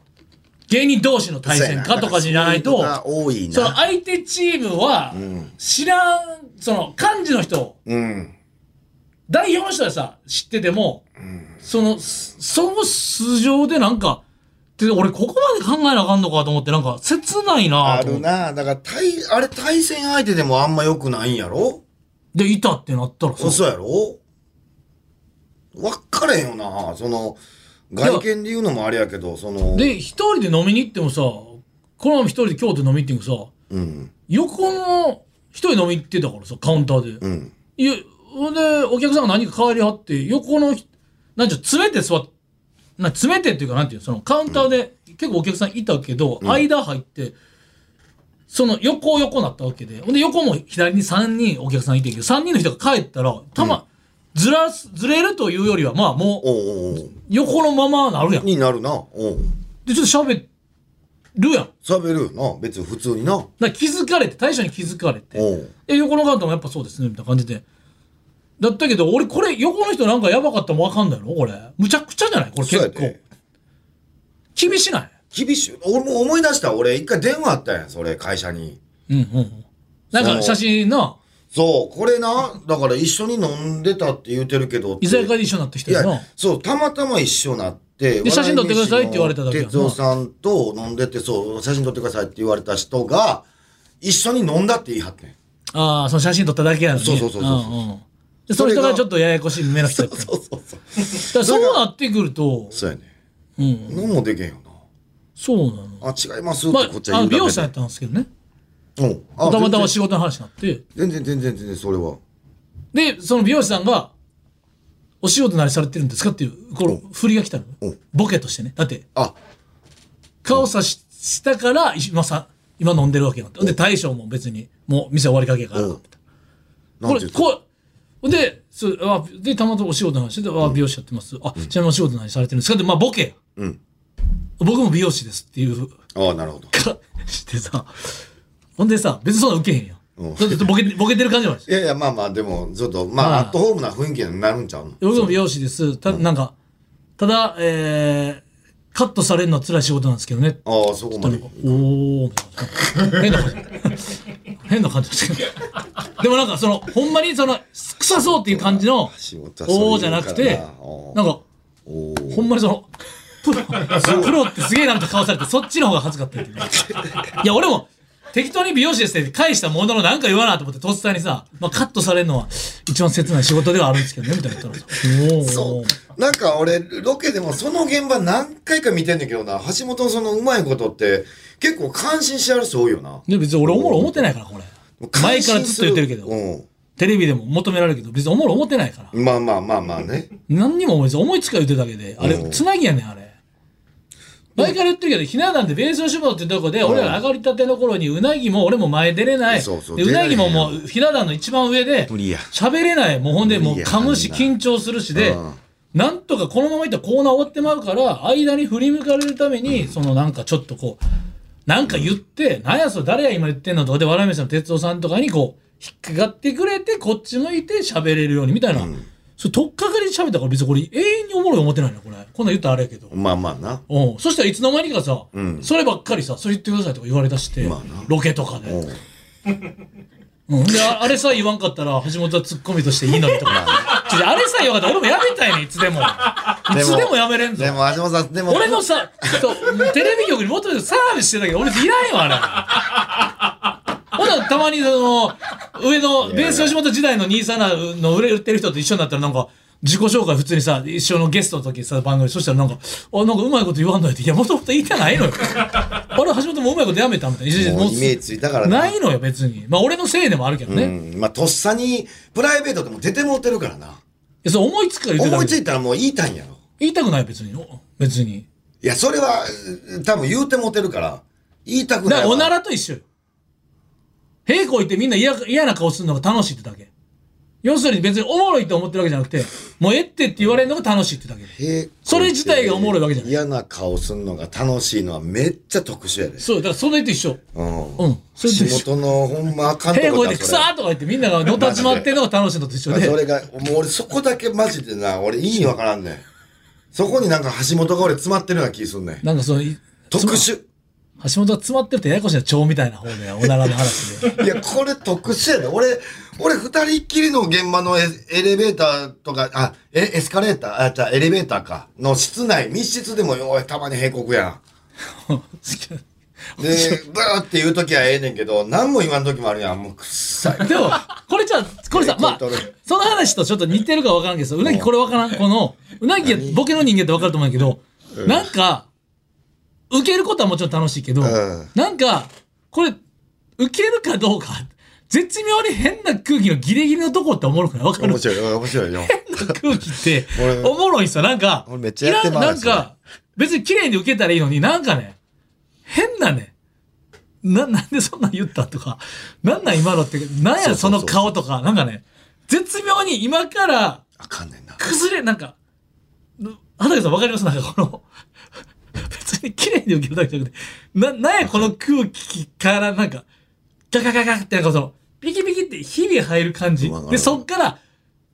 Speaker 3: 芸人同士の対戦かとかじゃない
Speaker 4: そ
Speaker 3: と、
Speaker 4: うやなだからそういうの
Speaker 3: そ
Speaker 4: が多い
Speaker 3: の
Speaker 4: な。
Speaker 3: 相手チームは、知らん、その幹事の人、
Speaker 4: うん。
Speaker 3: 代表の人はさ、知ってても、その、すその素性でなんか、で俺ここまで考えなあかんのかと思って、なんか切ないな
Speaker 4: あ
Speaker 3: あと思
Speaker 4: る
Speaker 3: って。
Speaker 4: な。だから、対、あれ対戦相手でもあんま良くないんやろ
Speaker 3: で、いたってなったらさ
Speaker 4: そうやろわっかれへんよな。その、外見で言うのもあれやけど、その、
Speaker 3: で、一人で飲みに行ってもさ、このまま一人で京都で飲みに行ってもさ、
Speaker 4: うん、
Speaker 3: 横の一人飲み行ってたからさ、カウンターで。
Speaker 4: うん、
Speaker 3: いや、ほんで、お客さんが何か帰りはって、横のひ、なんちゅう、詰めて座っ、な、詰めてっていうか、なんていうの、そのカウンターで、結構お客さんいたけど、間入って、その横横なったわけで、ほんで横も左に3人お客さんいてんけど、3人の人が帰ったら、たま、ずらす、ずれるというよりは、まあもう、
Speaker 4: おうおうおう
Speaker 3: 横のままなるやん。で、
Speaker 4: になるな。おう
Speaker 3: ちょっと喋るやん。だか
Speaker 4: 喋るよな。別に普通にな。
Speaker 3: ら気づかれて、大将に気づかれて。
Speaker 4: おう
Speaker 3: え、横の方もやっぱそうですね、みたいな感じで。だったけど、俺、これ、横の人なんかやばかったもわかんないのこれ。むちゃくちゃじゃないこれ
Speaker 4: そうや
Speaker 3: 結
Speaker 4: で
Speaker 3: 構。厳しない
Speaker 4: 厳しい。俺も思い出した。俺、一回電話あったやん、それ、会社に。
Speaker 3: うんうんうん。なんか写真な、
Speaker 4: そう、これな、だから一緒に飲んでたって言うてるけどって。
Speaker 3: 居酒屋で一緒になった人
Speaker 4: い
Speaker 3: や
Speaker 4: や
Speaker 3: な。、
Speaker 4: そう、たまたま一緒になって。
Speaker 3: で写真撮ってくださいって言われただけやな
Speaker 4: 哲夫さんと飲んでて、そう、写真撮ってくださいって言われた人が、一緒に飲んだって言い張 ってん。
Speaker 3: ああ、その写真撮っただけやのに。
Speaker 4: そうそうそうそうそうん
Speaker 3: んでその人がちょっとややこしい目の人やった。だか
Speaker 4: そうそうそう。
Speaker 3: らそうなってくると、
Speaker 4: そうやね。
Speaker 3: うん、
Speaker 4: 飲もでけんよ
Speaker 3: そうな
Speaker 4: な。
Speaker 3: の。
Speaker 4: あ、違いますって
Speaker 3: ま
Speaker 4: こっち
Speaker 3: あ、あ
Speaker 4: は
Speaker 3: の美
Speaker 4: 言うだ
Speaker 3: 容
Speaker 4: けで。
Speaker 3: 師さんやったんですけどね。
Speaker 4: うん。あ
Speaker 3: たまたま仕事の話になって。
Speaker 4: 全然全然全然全然それは。
Speaker 3: で、その美容師さんが、お仕事何されてるんですかっていう、この振りが来たの
Speaker 4: お。
Speaker 3: ボケとしてね。だって、
Speaker 4: あ、
Speaker 3: 顔さししたから、今さ、今飲んでるわけなんだ。で、大将も別に、もう店終わりかけやから。
Speaker 4: うんなん
Speaker 3: こ
Speaker 4: て言
Speaker 3: れ、
Speaker 4: う
Speaker 3: こう、で、そうあで、たまたまお仕事の話してて、あ、美容師やってます。あ、ちなみにお仕事何されてるんですかって、まあ、ボケや。
Speaker 4: うん
Speaker 3: 僕も美容師ですっていう
Speaker 4: ああ、なるほど。
Speaker 3: か、してさ、ほんでさ、別にそんなの受けへんや
Speaker 4: うん
Speaker 3: ん。だってボケて、ボケてる感じなんです
Speaker 4: いやいや、まあまあ、でも、ちょっと、まあ、
Speaker 3: はい
Speaker 4: アットホームな雰囲気になるんちゃうの
Speaker 3: 僕も美容師です。た、なんか、ただ、えー、カットされるのは辛い仕事なんですけどね。
Speaker 4: ああ、そこま
Speaker 3: なん
Speaker 4: で
Speaker 3: か。おー、みたいな変な感じ。変な感じですけど。でもなんか、その、ほんまにその、臭そうっていう感じの、
Speaker 4: 仕事はそれ
Speaker 3: おー
Speaker 4: 言う
Speaker 3: じゃなく
Speaker 4: から
Speaker 3: て
Speaker 4: なお、ー
Speaker 3: なんか、
Speaker 4: お
Speaker 3: ほんまにその、プロ、プロってすげえなって顔されて、そっちの方が恥ずかったっていう。いや、俺も、適当に美容師ですって返したもののなんか言わなと思って、とっさにさ、まあ、カットされるのは一番切ない仕事ではあるんですけどね、みたいな言ったらさ、お
Speaker 4: そ
Speaker 3: ー
Speaker 4: う。なんか俺、ロケでもその現場何回か見てんだけどな、橋本のそのうまいことって、結構感心しはる人多いよな。
Speaker 3: で、別に俺おもろ思ってないから、これ。前からずっと言ってるけど
Speaker 4: う
Speaker 3: テレビでも求められるけど、別におもろ思ってないから。
Speaker 4: ん。まあまあまあまあね。
Speaker 3: 何にも思いつ思いつか言ってただけで、あれ
Speaker 4: うん、
Speaker 3: つなぎやねん、あれ。前から言ってるけど、ひな壇でベースを絞ってとこで、俺ら上がりたての頃に、うなぎも俺も前出れない。
Speaker 4: そうそう
Speaker 3: で
Speaker 4: 出
Speaker 3: う
Speaker 4: れへん
Speaker 3: なぎももう、ひな壇の一番上で、
Speaker 4: 無理や
Speaker 3: 喋れない。もうほんで、もう
Speaker 4: 無理や
Speaker 3: 噛むし、
Speaker 4: あんな
Speaker 3: 緊張するしで
Speaker 4: うん、
Speaker 3: なんとかこのままいったらコーナー終わってまうから、間に振り向かれるために、そのなんかちょっとこう、なんか言って、なんやそれ誰や今言ってんのとかで、笑い飯の哲夫さんとかにこう、引っかかってくれて、こっち向いて喋れるようにみたいな。それ、とっかかりで喋ったから別にこれ永遠におもろい思ってないのこれ。こんなん言ったらあれやけど。
Speaker 4: まあまあな。
Speaker 3: うん。そしたらいつの間にかさ、
Speaker 4: ん
Speaker 3: そればっかりさ、それ言ってくださいとか言われだして、
Speaker 4: まあな
Speaker 3: ロケとか
Speaker 4: うん
Speaker 3: で。うん。で、ああれさえ言わんかったら、橋本はツッコミとしていいのにとか。ちょあれさえ言わんかったら俺もやめたいねん、いつでも。いつでもやめれんぞ
Speaker 4: で。も、橋本さん、でも、
Speaker 3: 俺のさ、そうテレビ局に求めてサービスしてたけど、俺いらんよ、あれ。ほな、たまにその、上の、ベース吉本時代の237の売れ売ってる人と一緒になったらなんか、自己紹介普通にさ、一緒のゲストの時さ、番組、そしたらなんか、あ、なんかうまいこと言わんのやって、いや、もともと言いたな いのよ。あれ、橋本もうまいことやめたみたいな。いやいや
Speaker 4: もう
Speaker 3: もう
Speaker 4: イメージついたから
Speaker 3: ないのよ、別に。まあ、俺のせいでもあるけどね。
Speaker 4: うんまあ、とっさに、プライベートでも出てもうてるからな。
Speaker 3: いや、そう思いつくから言ってた
Speaker 4: 思い
Speaker 3: け
Speaker 4: つ
Speaker 3: ど
Speaker 4: いたらもう言いたいんやろ。
Speaker 3: 言いたくない、別に。別に。
Speaker 4: いや、それは、う多分言うてもうてるから、言いたくな
Speaker 3: だか
Speaker 4: い
Speaker 3: ら
Speaker 4: わ。
Speaker 3: おならと一緒よ。平行行ってみんな嫌嫌な顔するのが楽しいってだけ。要するに別におもろいと思ってるわけじゃなくて、もうええってって言われるのが楽しいってだけ。
Speaker 4: へー
Speaker 3: それ自体がおもろいわけじゃない
Speaker 4: 嫌な顔すんのが楽しいのはめっちゃ特殊やで。
Speaker 3: そう、だからそれと一緒。
Speaker 4: うん。
Speaker 3: うん。それと
Speaker 4: 仕
Speaker 3: 一緒。
Speaker 4: 事のほんまあかんと
Speaker 3: 平行
Speaker 4: こ
Speaker 3: 行って
Speaker 4: だ
Speaker 3: くさーとか言ってみんながのたちまってるのが楽しいのと一緒
Speaker 4: それ
Speaker 3: で。
Speaker 4: それが、もう俺そこだけマジでな、俺意味わからんねん。そこになんか橋本が俺詰まってるような気すんねん。
Speaker 3: なんかその、い
Speaker 4: 特
Speaker 3: つ
Speaker 4: 殊。
Speaker 3: ま橋本が詰まってるってややこしいな蝶みたいな方で、おならの話 で。
Speaker 4: い や、これ特殊やで。俺、俺二人っきりの現場のエエレベーターとか、あ、え、エスカレーター、あ、じゃあエレベーターか。の室内、密室でも、おい、たまに閉国やん。で、ブーって言うときはええねんけど、何も言わんときもあるやん。もうくっさい。
Speaker 3: でも、これじゃあこれさ、まあ、その話とちょっと似てるか分からんけどさ、うなぎこれ分からん。この、うなぎはボケの人間って分かると思うんやけど、なんか、受けることはもちろん楽しいけど、
Speaker 4: ん
Speaker 3: なんか、これ、受けるかどうか、絶妙に変な空気のギリギリのとこっておもろくない分か る
Speaker 4: 面白い、面白いよ。
Speaker 3: 変な空気って
Speaker 4: 俺、
Speaker 3: おもろいさ、なんか、
Speaker 4: 俺めっちゃやってまう
Speaker 3: いら
Speaker 4: や
Speaker 3: んな
Speaker 4: つ
Speaker 3: ん
Speaker 4: ね
Speaker 3: か、別に綺麗に受けたらいいのに、なんかね、変なね、な、なんでそんなん言ったとか、なんなん今のって、なん
Speaker 4: そうそう
Speaker 3: や
Speaker 4: そう
Speaker 3: その顔とか、なんかね、絶妙に今から
Speaker 4: あかんねんな。
Speaker 3: 崩れ、なんか、畑さんわかりますなんかこの、 別に綺麗に受けるだけじゃなくて、な、なんやこの空気から、なんか、ガガガガってなんかその、ピキピキって日々入る感じ
Speaker 4: わか。る
Speaker 3: で、そっから、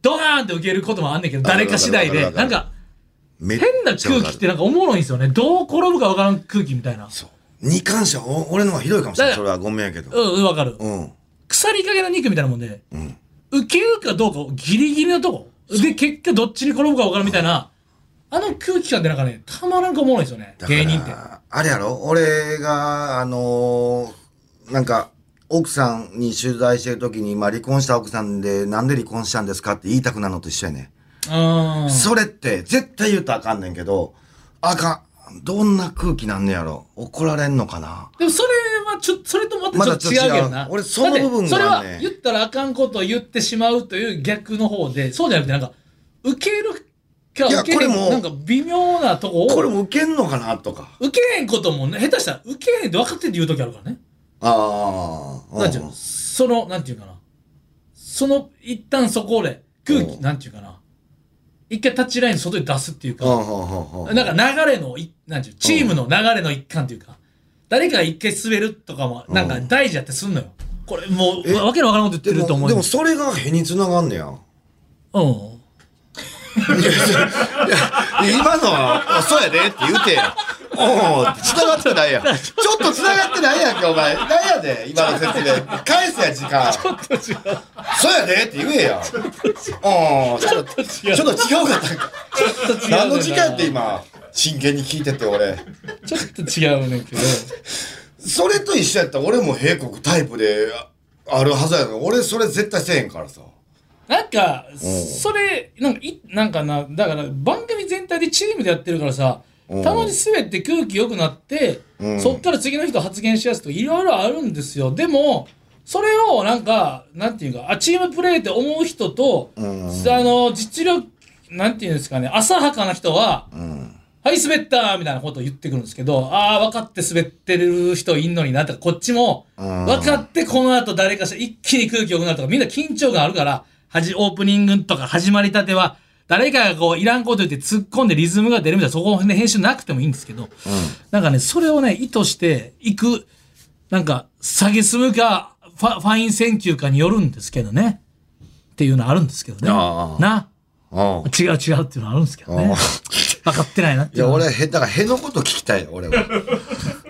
Speaker 3: ドカーンって受けることもあんねんけど、誰か次第
Speaker 4: わ
Speaker 3: で、
Speaker 4: かる
Speaker 3: な
Speaker 4: わかるわかる
Speaker 3: んか、
Speaker 4: 変
Speaker 3: 変な空気ってなんかおもろいんですよね。どう転ぶかわからん空気みたいな。
Speaker 4: そう。二冠者、お俺の方がひどいかもしれない。
Speaker 3: だ
Speaker 4: そ
Speaker 3: か
Speaker 4: れはごめんやけど。
Speaker 3: うん、うんわかる。
Speaker 4: うん。
Speaker 3: 腐りかけの肉みたいなもんで、受けるかどうかをギリギリのとこ。で、結果どっちに転ぶかわからんみたいな、あの空気感ってなんかね、たまらんかおもろいんですよね
Speaker 4: だ。から
Speaker 3: 芸人って。
Speaker 4: あれやろ俺が、あのーなんか、奥さんに取材してる時に、まあ離婚した奥さんで、なんで離婚したんですかって言いたくなるのと一緒やね。
Speaker 3: うん。
Speaker 4: それって、絶対言うたらあかんねんけど、あかん。どんな空気なんねやろ怒られんのかな
Speaker 3: でもそれはちょ、それとまたちょっと違うけ
Speaker 4: まだちょっと
Speaker 3: ど
Speaker 4: 違
Speaker 3: な
Speaker 4: う。俺その部分がね
Speaker 3: だってそれは言ったらあかんことを言ってしまうという逆の方で、そうじゃなくてなんか、受けるか
Speaker 4: いや
Speaker 3: 受けへん
Speaker 4: これも
Speaker 3: なんか微妙なとこ
Speaker 4: これ
Speaker 3: を、
Speaker 4: も受けんのかなとか。
Speaker 3: 受けへんこともね、下手したら受けへんって分かってて言う時あるからね。
Speaker 4: ああ。
Speaker 3: なんていう
Speaker 4: う
Speaker 3: の
Speaker 4: ん
Speaker 3: その、なんていうかな。その、一旦そこで、空
Speaker 4: う
Speaker 3: 気、
Speaker 4: ん
Speaker 3: なんていうかな。一回タッチラインの外に出すっていう
Speaker 4: はあは
Speaker 3: か、
Speaker 4: あはあ
Speaker 3: なんか流れのい、なんていう、チームの流れの一環というか、誰かが一回滑るとかも、なんか大事やってすんのよ。これもう、
Speaker 4: え
Speaker 3: わけのわからんこと
Speaker 4: で
Speaker 3: 言ってると思
Speaker 4: も
Speaker 3: う
Speaker 4: で
Speaker 3: よ
Speaker 4: もそれがへにつながんねや。
Speaker 3: うん。
Speaker 4: 今のは、おそうやでって言うてや。おお、繋がってないやん。ちょっと繋がってないやんか、お前。なんやで、今の説明。返すや、時間。ちょっと違う。そうやでって言えや。おお、ちょっと違う。ちょっと違うかったんか。
Speaker 3: ちょっと違うねんな
Speaker 4: 何の時間やって今、真剣に聞いてて、俺。
Speaker 3: ちょっと違うねんけど。
Speaker 4: それと一緒やったら俺も閉国タイプであるはずやのに俺それ絶対せえへんからさ。
Speaker 3: なんか、それ、なんか、い、なんかな、だから番組全体でチームでやってるからさ、
Speaker 4: うん
Speaker 3: たまに滑って空気良くなって、
Speaker 4: うん
Speaker 3: そっから次の人発言しやすいとかいろいろあるんですよ。でも、それをなんか、なんていうか、あ、チームプレーって思う人と、
Speaker 4: ん
Speaker 3: あの、実力、なんていうんですかね、浅はかな人は、
Speaker 4: うん。
Speaker 3: はい、滑ったみたいなことを言ってくるんですけど、ああ、分かって滑ってる人いんのになとか、こっちも、
Speaker 4: うん
Speaker 3: 分かってこの後誰かしら一気に空気良くなるとか、みんな緊張感あるから、はじ、オープニングとか始まりたては、誰かがこう、いらんこと言って突っ込んでリズムが出るみたいな、そこで編集なくてもいいんですけど、なんかね、それをね、意図していく、なんか、下げすむか、ファファイン選球かによるんですけどね。っていうのあるんですけどね。
Speaker 4: ああ
Speaker 3: な。
Speaker 4: ああ。
Speaker 3: 違う違うっていうのあるんですけどね。分かってないなって
Speaker 4: い
Speaker 3: いう
Speaker 4: や、
Speaker 3: のは
Speaker 4: 俺、へ、だから、へのこと聞きたいよ、俺 は。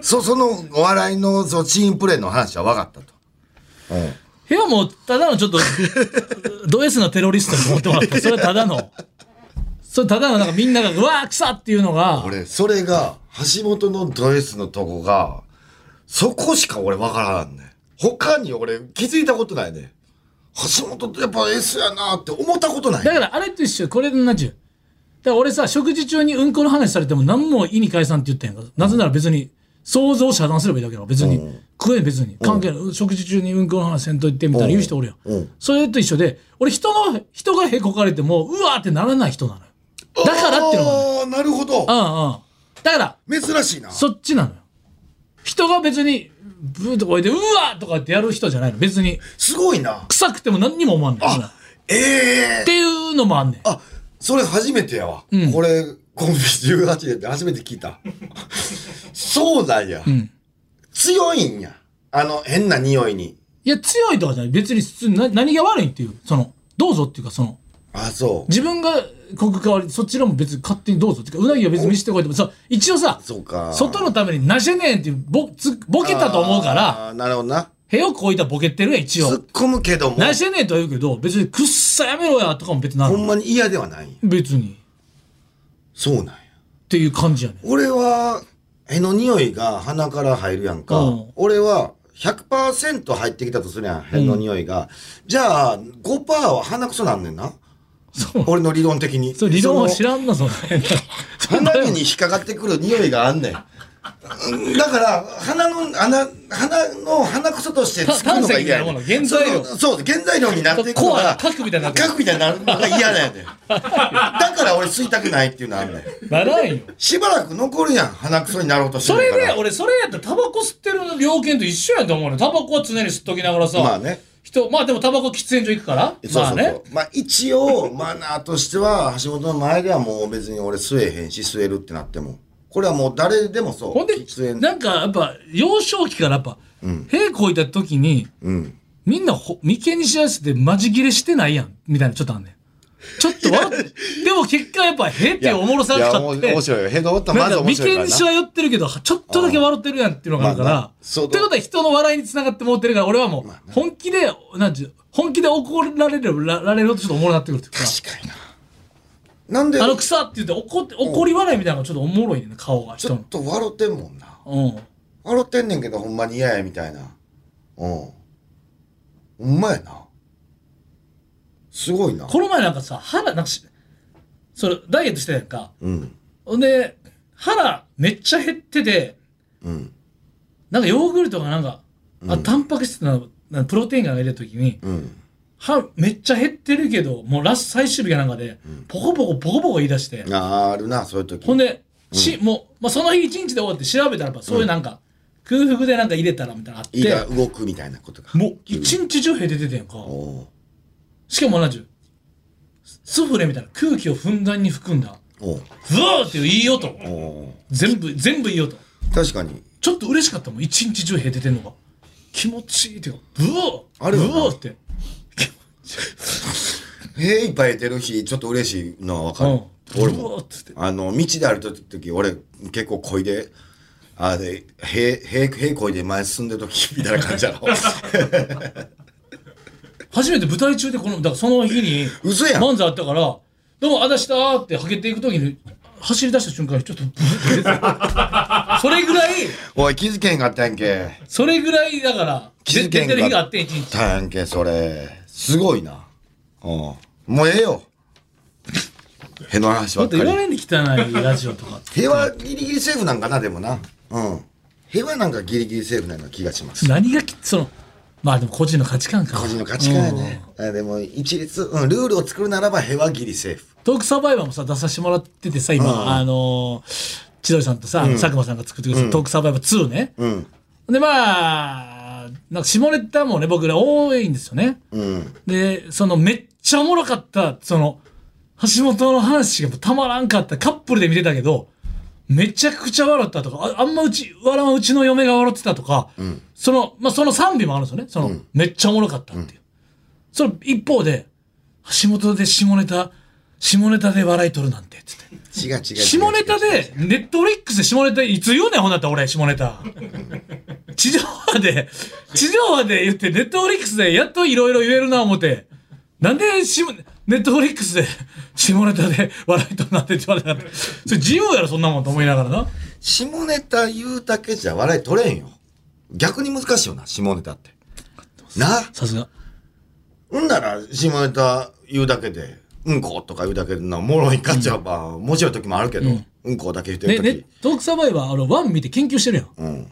Speaker 4: そ、その、お笑いの、そう、チームプレーの話は分かったと。うん。
Speaker 3: 部屋もただの ちょっとド S のテロリストに思ってもらったそれはただのそれただのなんかみんなが「うわー草!」っていうのが
Speaker 4: 俺、それが、橋本のドレスのとこが、そこしか俺分からんねん。他に俺、気づいたことないねん。橋本ってやっぱ S やなって思ったことない。
Speaker 3: だからあれと一緒これなんちゅうだから俺さ食事中にうんこの話されても何も意に介さんって言ったやんかなぜなら別に想像を遮断すればいいだけだろ別に、食え別に関係ない食事中にうんこの話せんといてみたいな言う人おるやん、
Speaker 4: うん
Speaker 3: それと一緒で俺人の人がへこかれてもうわーってならない人なのよだからっていうのがある
Speaker 4: ああ、なるほど。
Speaker 3: うんうんだから
Speaker 4: 珍しいな。
Speaker 3: そっちなのよ。人が別に、ブーとか言って、うわーとかってやる人じゃないの。別に、
Speaker 4: すごいな。
Speaker 3: 臭くても何にも思わんねん。っ
Speaker 4: ええ
Speaker 3: ていうのもあんねん。
Speaker 4: あ、それ初めてやわ。
Speaker 3: ん
Speaker 4: これ、コンビ18年で初めて聞いた。そうなんや。
Speaker 3: ん
Speaker 4: 強いんや。あの、変な匂いに。
Speaker 3: いや、強いとかじゃない。別に普通にな何が悪いっていう、その、どうぞっていうか、その、
Speaker 4: あ、そう。
Speaker 3: 自分がこく代わり、そちらも別に勝手にどうぞっていうか、うなぎは別に見せてこいっても、さ、一応さ、
Speaker 4: そうか
Speaker 3: 外のためになしゃねんっていう、ぼ、つ、ボケたと思うから、
Speaker 4: あー。なるほどな。
Speaker 3: 部屋をこいたらボケてるやん、一
Speaker 4: 突
Speaker 3: 応
Speaker 4: っ。込むけども、
Speaker 3: なしゃねんとは言うけど、別にくっさやめろやとかも別にな
Speaker 4: ほ
Speaker 3: る
Speaker 4: ん。まに嫌ではないんや。
Speaker 3: 別に。
Speaker 4: そうなんや。
Speaker 3: っていう感じやねん。
Speaker 4: 俺は、への匂いが鼻から入るやんか。
Speaker 3: うん
Speaker 4: 俺は、100%入ってきたとするやん、への匂いが。じゃあ、5%は鼻くそなんねんな。
Speaker 3: そう
Speaker 4: 俺の理論的に。
Speaker 3: そう、理論は
Speaker 4: その
Speaker 3: 知らん な、その辺。
Speaker 4: 鼻に引っかかってくる匂いがあんねん。うんだから、鼻の、穴、鼻の鼻くそとしてつくのが嫌やねん。
Speaker 3: た胆石みたいなもの原材料
Speaker 4: そのそう、原材料になっていくの
Speaker 3: コア
Speaker 4: が、
Speaker 3: 核みたいになってる
Speaker 4: 核みたいになるのが嫌なんやねん。だから俺吸いたくないっていうのあんねん。
Speaker 3: ならんよ。
Speaker 4: しばらく残るやん、鼻くそになろうとして
Speaker 3: そ
Speaker 4: る
Speaker 3: れ
Speaker 4: から。
Speaker 3: で、俺、それやったらタバコ吸ってる料金と一緒やと思うね。タバコは常に吸っときながらさ。
Speaker 4: まあね。
Speaker 3: 人、まあでもタバコ喫煙所行くから。
Speaker 4: そうそうそう。
Speaker 3: まあね。
Speaker 4: まあ一応、マナーとしては、橋本の前ではもう別に俺吸えへんし、吸えるってなっても。これはもう誰でもそう。
Speaker 3: ほん
Speaker 4: 喫
Speaker 3: で、
Speaker 4: 煙
Speaker 3: なんかやっぱ、幼少期からやっぱ、屁こいた時に、
Speaker 4: うん。
Speaker 3: みんなほ眉間にしやすくてマジ切れしてないやん、みたいなちょっとあんねん。ちょっと笑って、でも結果やっぱ、屁っ
Speaker 4: い
Speaker 3: ておもろさが
Speaker 4: や
Speaker 3: 勝
Speaker 4: もう
Speaker 3: って。
Speaker 4: 面白いよ。ヘドホット
Speaker 3: な
Speaker 4: ま
Speaker 3: ん
Speaker 4: ず
Speaker 3: か
Speaker 4: 面
Speaker 3: 眉
Speaker 4: 白いか
Speaker 3: 間
Speaker 4: ら
Speaker 3: に
Speaker 4: な
Speaker 3: し。わ寄ってるけど、ちょっとだけ笑ってるやんっていうのがあるか
Speaker 4: まあ
Speaker 3: ら
Speaker 4: な。そう
Speaker 3: ってことは人の笑いにつながってもうてるから、俺はもう、本気で、なんていう本気で怒られる、らられるとちょっとおもろなってくるっていうか。
Speaker 4: 確かにな。なんで、
Speaker 3: あの草って言って怒って、怒り笑いみたいなのがちょっとおもろいねんな、顔が、
Speaker 4: ち
Speaker 3: 人
Speaker 4: ょ
Speaker 3: の
Speaker 4: っ。と笑ってんもんな。
Speaker 3: うん。
Speaker 4: 笑ってんねんけど、ほんまに嫌や、みたいな。うん。ほんまやな。すごいな。
Speaker 3: この前なんかさ、腹、なんかし、それ、ダイエットしてたやんか。
Speaker 4: うん。
Speaker 3: ほんで、腹めっちゃ減ってて、
Speaker 4: うん。
Speaker 3: なんかヨーグルトがなんか、あ、タンパク質なの、なんかプロテインが入れるときに、
Speaker 4: うん。
Speaker 3: はめっちゃ減ってるけどもうラスト最終日がなんかで、ポコポコポコポコ言い出して、
Speaker 4: あーあるな、そういう時。
Speaker 3: ほんで、しもう、まあ、その日一日で終わって調べたらやっぱそういうなんか、空腹でなんか入れたらみたいなのあって
Speaker 4: 胃が動くみたいなことが。
Speaker 3: もう一日中減っててんやんか
Speaker 4: おう
Speaker 3: しかも同じゅスフレみたいな空気をふんだんに含んだ
Speaker 4: おう
Speaker 3: ブワーっていういい音
Speaker 4: おう
Speaker 3: 全部全部いい音
Speaker 4: 確かに。
Speaker 3: ちょっと嬉しかったもん一日中へ出てんのが気持ちいいっていうかブワ
Speaker 4: あ
Speaker 3: ー
Speaker 4: れ
Speaker 3: ブ
Speaker 4: はな
Speaker 3: ワーって
Speaker 4: 塀いっぱい出てる日、ちょっと嬉しいのはわか
Speaker 3: う
Speaker 4: る
Speaker 3: ん。
Speaker 4: 俺
Speaker 3: ブワ
Speaker 4: も
Speaker 3: ー。って
Speaker 4: あの、道で歩いた時、俺、結構こいで、あで、塀、塀、塀こいで前進んでる時、みたいな感 じやろ。
Speaker 3: 初めて舞台中でこのだからその日に
Speaker 4: 嘘やん
Speaker 3: 漫才あったから「どうもあだした」ってはけていく時に走り出した瞬間にちょっとブーって出 てそれぐらい
Speaker 4: おい、気づけへんかったやんけ。
Speaker 3: それぐらいだから
Speaker 4: 気づ
Speaker 3: 出
Speaker 4: けへ
Speaker 3: て
Speaker 4: んかった
Speaker 3: る日があって一日
Speaker 4: たやんけ、それ。すごいな。うん。もうええよ。塀の話
Speaker 3: ちょ
Speaker 4: ば
Speaker 3: っ
Speaker 4: っ
Speaker 3: と
Speaker 4: か
Speaker 3: 言わ
Speaker 4: り。
Speaker 3: ないで汚いラジオとか
Speaker 4: 塀はギリギリセーフなんかな、でもな。うん。塀はなんかギリギリセーフなような気がします。
Speaker 3: 何がきそのまあでも個人の価値観か
Speaker 4: 個人の価値観やね。あでも、一律、うん、ルールを作るならば、へはギリセーフ。
Speaker 3: トークサバイバーもさ出させてもらっててさ今、
Speaker 4: うん
Speaker 3: あのー千鳥さんとさ、佐久間さんが作ってくれた、トークサバイバー2ね、
Speaker 4: うん。
Speaker 3: でまあなんか下ネタもね僕ら多いんですよね
Speaker 4: うん。
Speaker 3: でそのめっちゃおもろかったその橋本の話がたまらんかったカップルで見てたけどめちゃくちゃ笑ったとかああんまうち笑わんうちの嫁が笑ってたとか、そのまあ、その賛美もあるんですよねその、めっちゃおもろかったっていう、その一方で橋本で下ネタ下ネタで笑い取るなんてっつって
Speaker 4: 違う違う違う。
Speaker 3: 下ネタでネットフリックスで下ネタいつ言うねんほんなったら俺下ネ タ地上波で地上波で言ってネットフリックスでやっといろいろ言えるな思ってなんで下ネットフリックスで下ネタで笑いとなってって言われなかったそれ自由やろそんなもんと思いながらな
Speaker 4: 下ネタ言うだけじゃ笑い取れんよ。逆に難しいよな、下ネタって。な。
Speaker 3: さすが
Speaker 4: うんなら、下ネタ言うだけで、うんことか言うだけでな、もろいかっちゃうば、面白い時もあるけど、うん、こだけ言って
Speaker 3: ね
Speaker 4: る時。
Speaker 3: ねトークサバイバーあの1見て研究してるやん
Speaker 4: うん。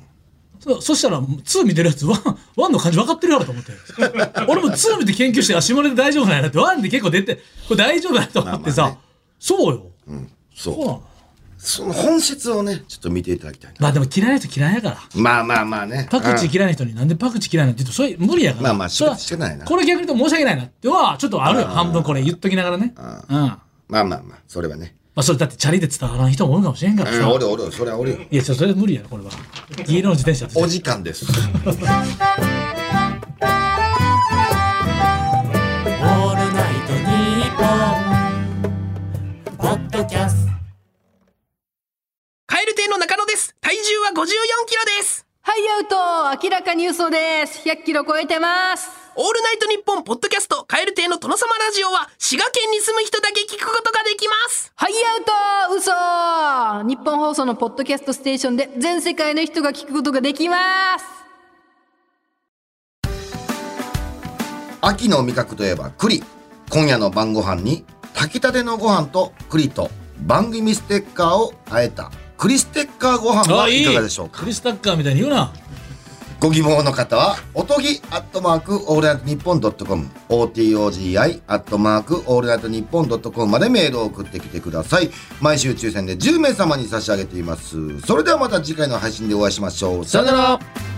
Speaker 3: そそしたら2見てるやつ 1, 1の感じ分かってるやろと思って 俺も2見て研究してあ下ネタ大丈夫なんやなって1で結構出てこれ大丈夫だと思ってさ、
Speaker 4: まあまあ
Speaker 3: そうよ、
Speaker 4: そう。
Speaker 3: そうなの
Speaker 4: その本質をね、ちょっと見ていただきたいな。
Speaker 3: まあでも嫌いな人嫌いやから
Speaker 4: まあまあまあね。
Speaker 3: パクチー
Speaker 4: うん
Speaker 3: 嫌いな人になんでパクチー嫌いなんて言うとそれ無理やから
Speaker 4: まあまあ
Speaker 3: それは
Speaker 4: 仕方ないな
Speaker 3: これ逆に言うと申し訳ないなってはちょっとあるよ半分これ言っときながらねうんま
Speaker 4: まあまあまあ、それはね。
Speaker 3: あそれだってチャリで伝わらん人もおるかもしれんから
Speaker 4: うん、
Speaker 3: さ
Speaker 4: おるおる、それはおるよ。
Speaker 3: いやちょそれ無理やろこれは銀色の自転車っ て
Speaker 4: お時間です。
Speaker 5: オールナイトニッポン」ポッドキャスト
Speaker 6: カエル亭の中野です。体重は54キロです。
Speaker 7: ハイアウト明らかに嘘です。100キロ超えてます。
Speaker 6: オールナイトニッポンポッドキャスト、カエル亭の殿様ラジオは、滋賀県に住む人だけ聞くことができます。
Speaker 7: ハイアウト嘘日本放送のポッドキャストステーションで全世界の人が聞くことができます。
Speaker 4: 秋の味覚といえば栗。今夜の晩ご飯に炊きたてのご飯と栗と番組ステッカーをあえた栗ステッカーご飯
Speaker 3: あ
Speaker 4: はいかがでしょうか
Speaker 3: ク。リスタッカーみたいに言うな
Speaker 4: ご希望の方はおとぎアットマークオールナイトニッポンドットコム otogi アットマークオールナイトニッポンドットコムまでメールを送ってきてください。毎週抽選で10名様に差し上げています。それではまた次回の配信でお会いしましょう。さよなら。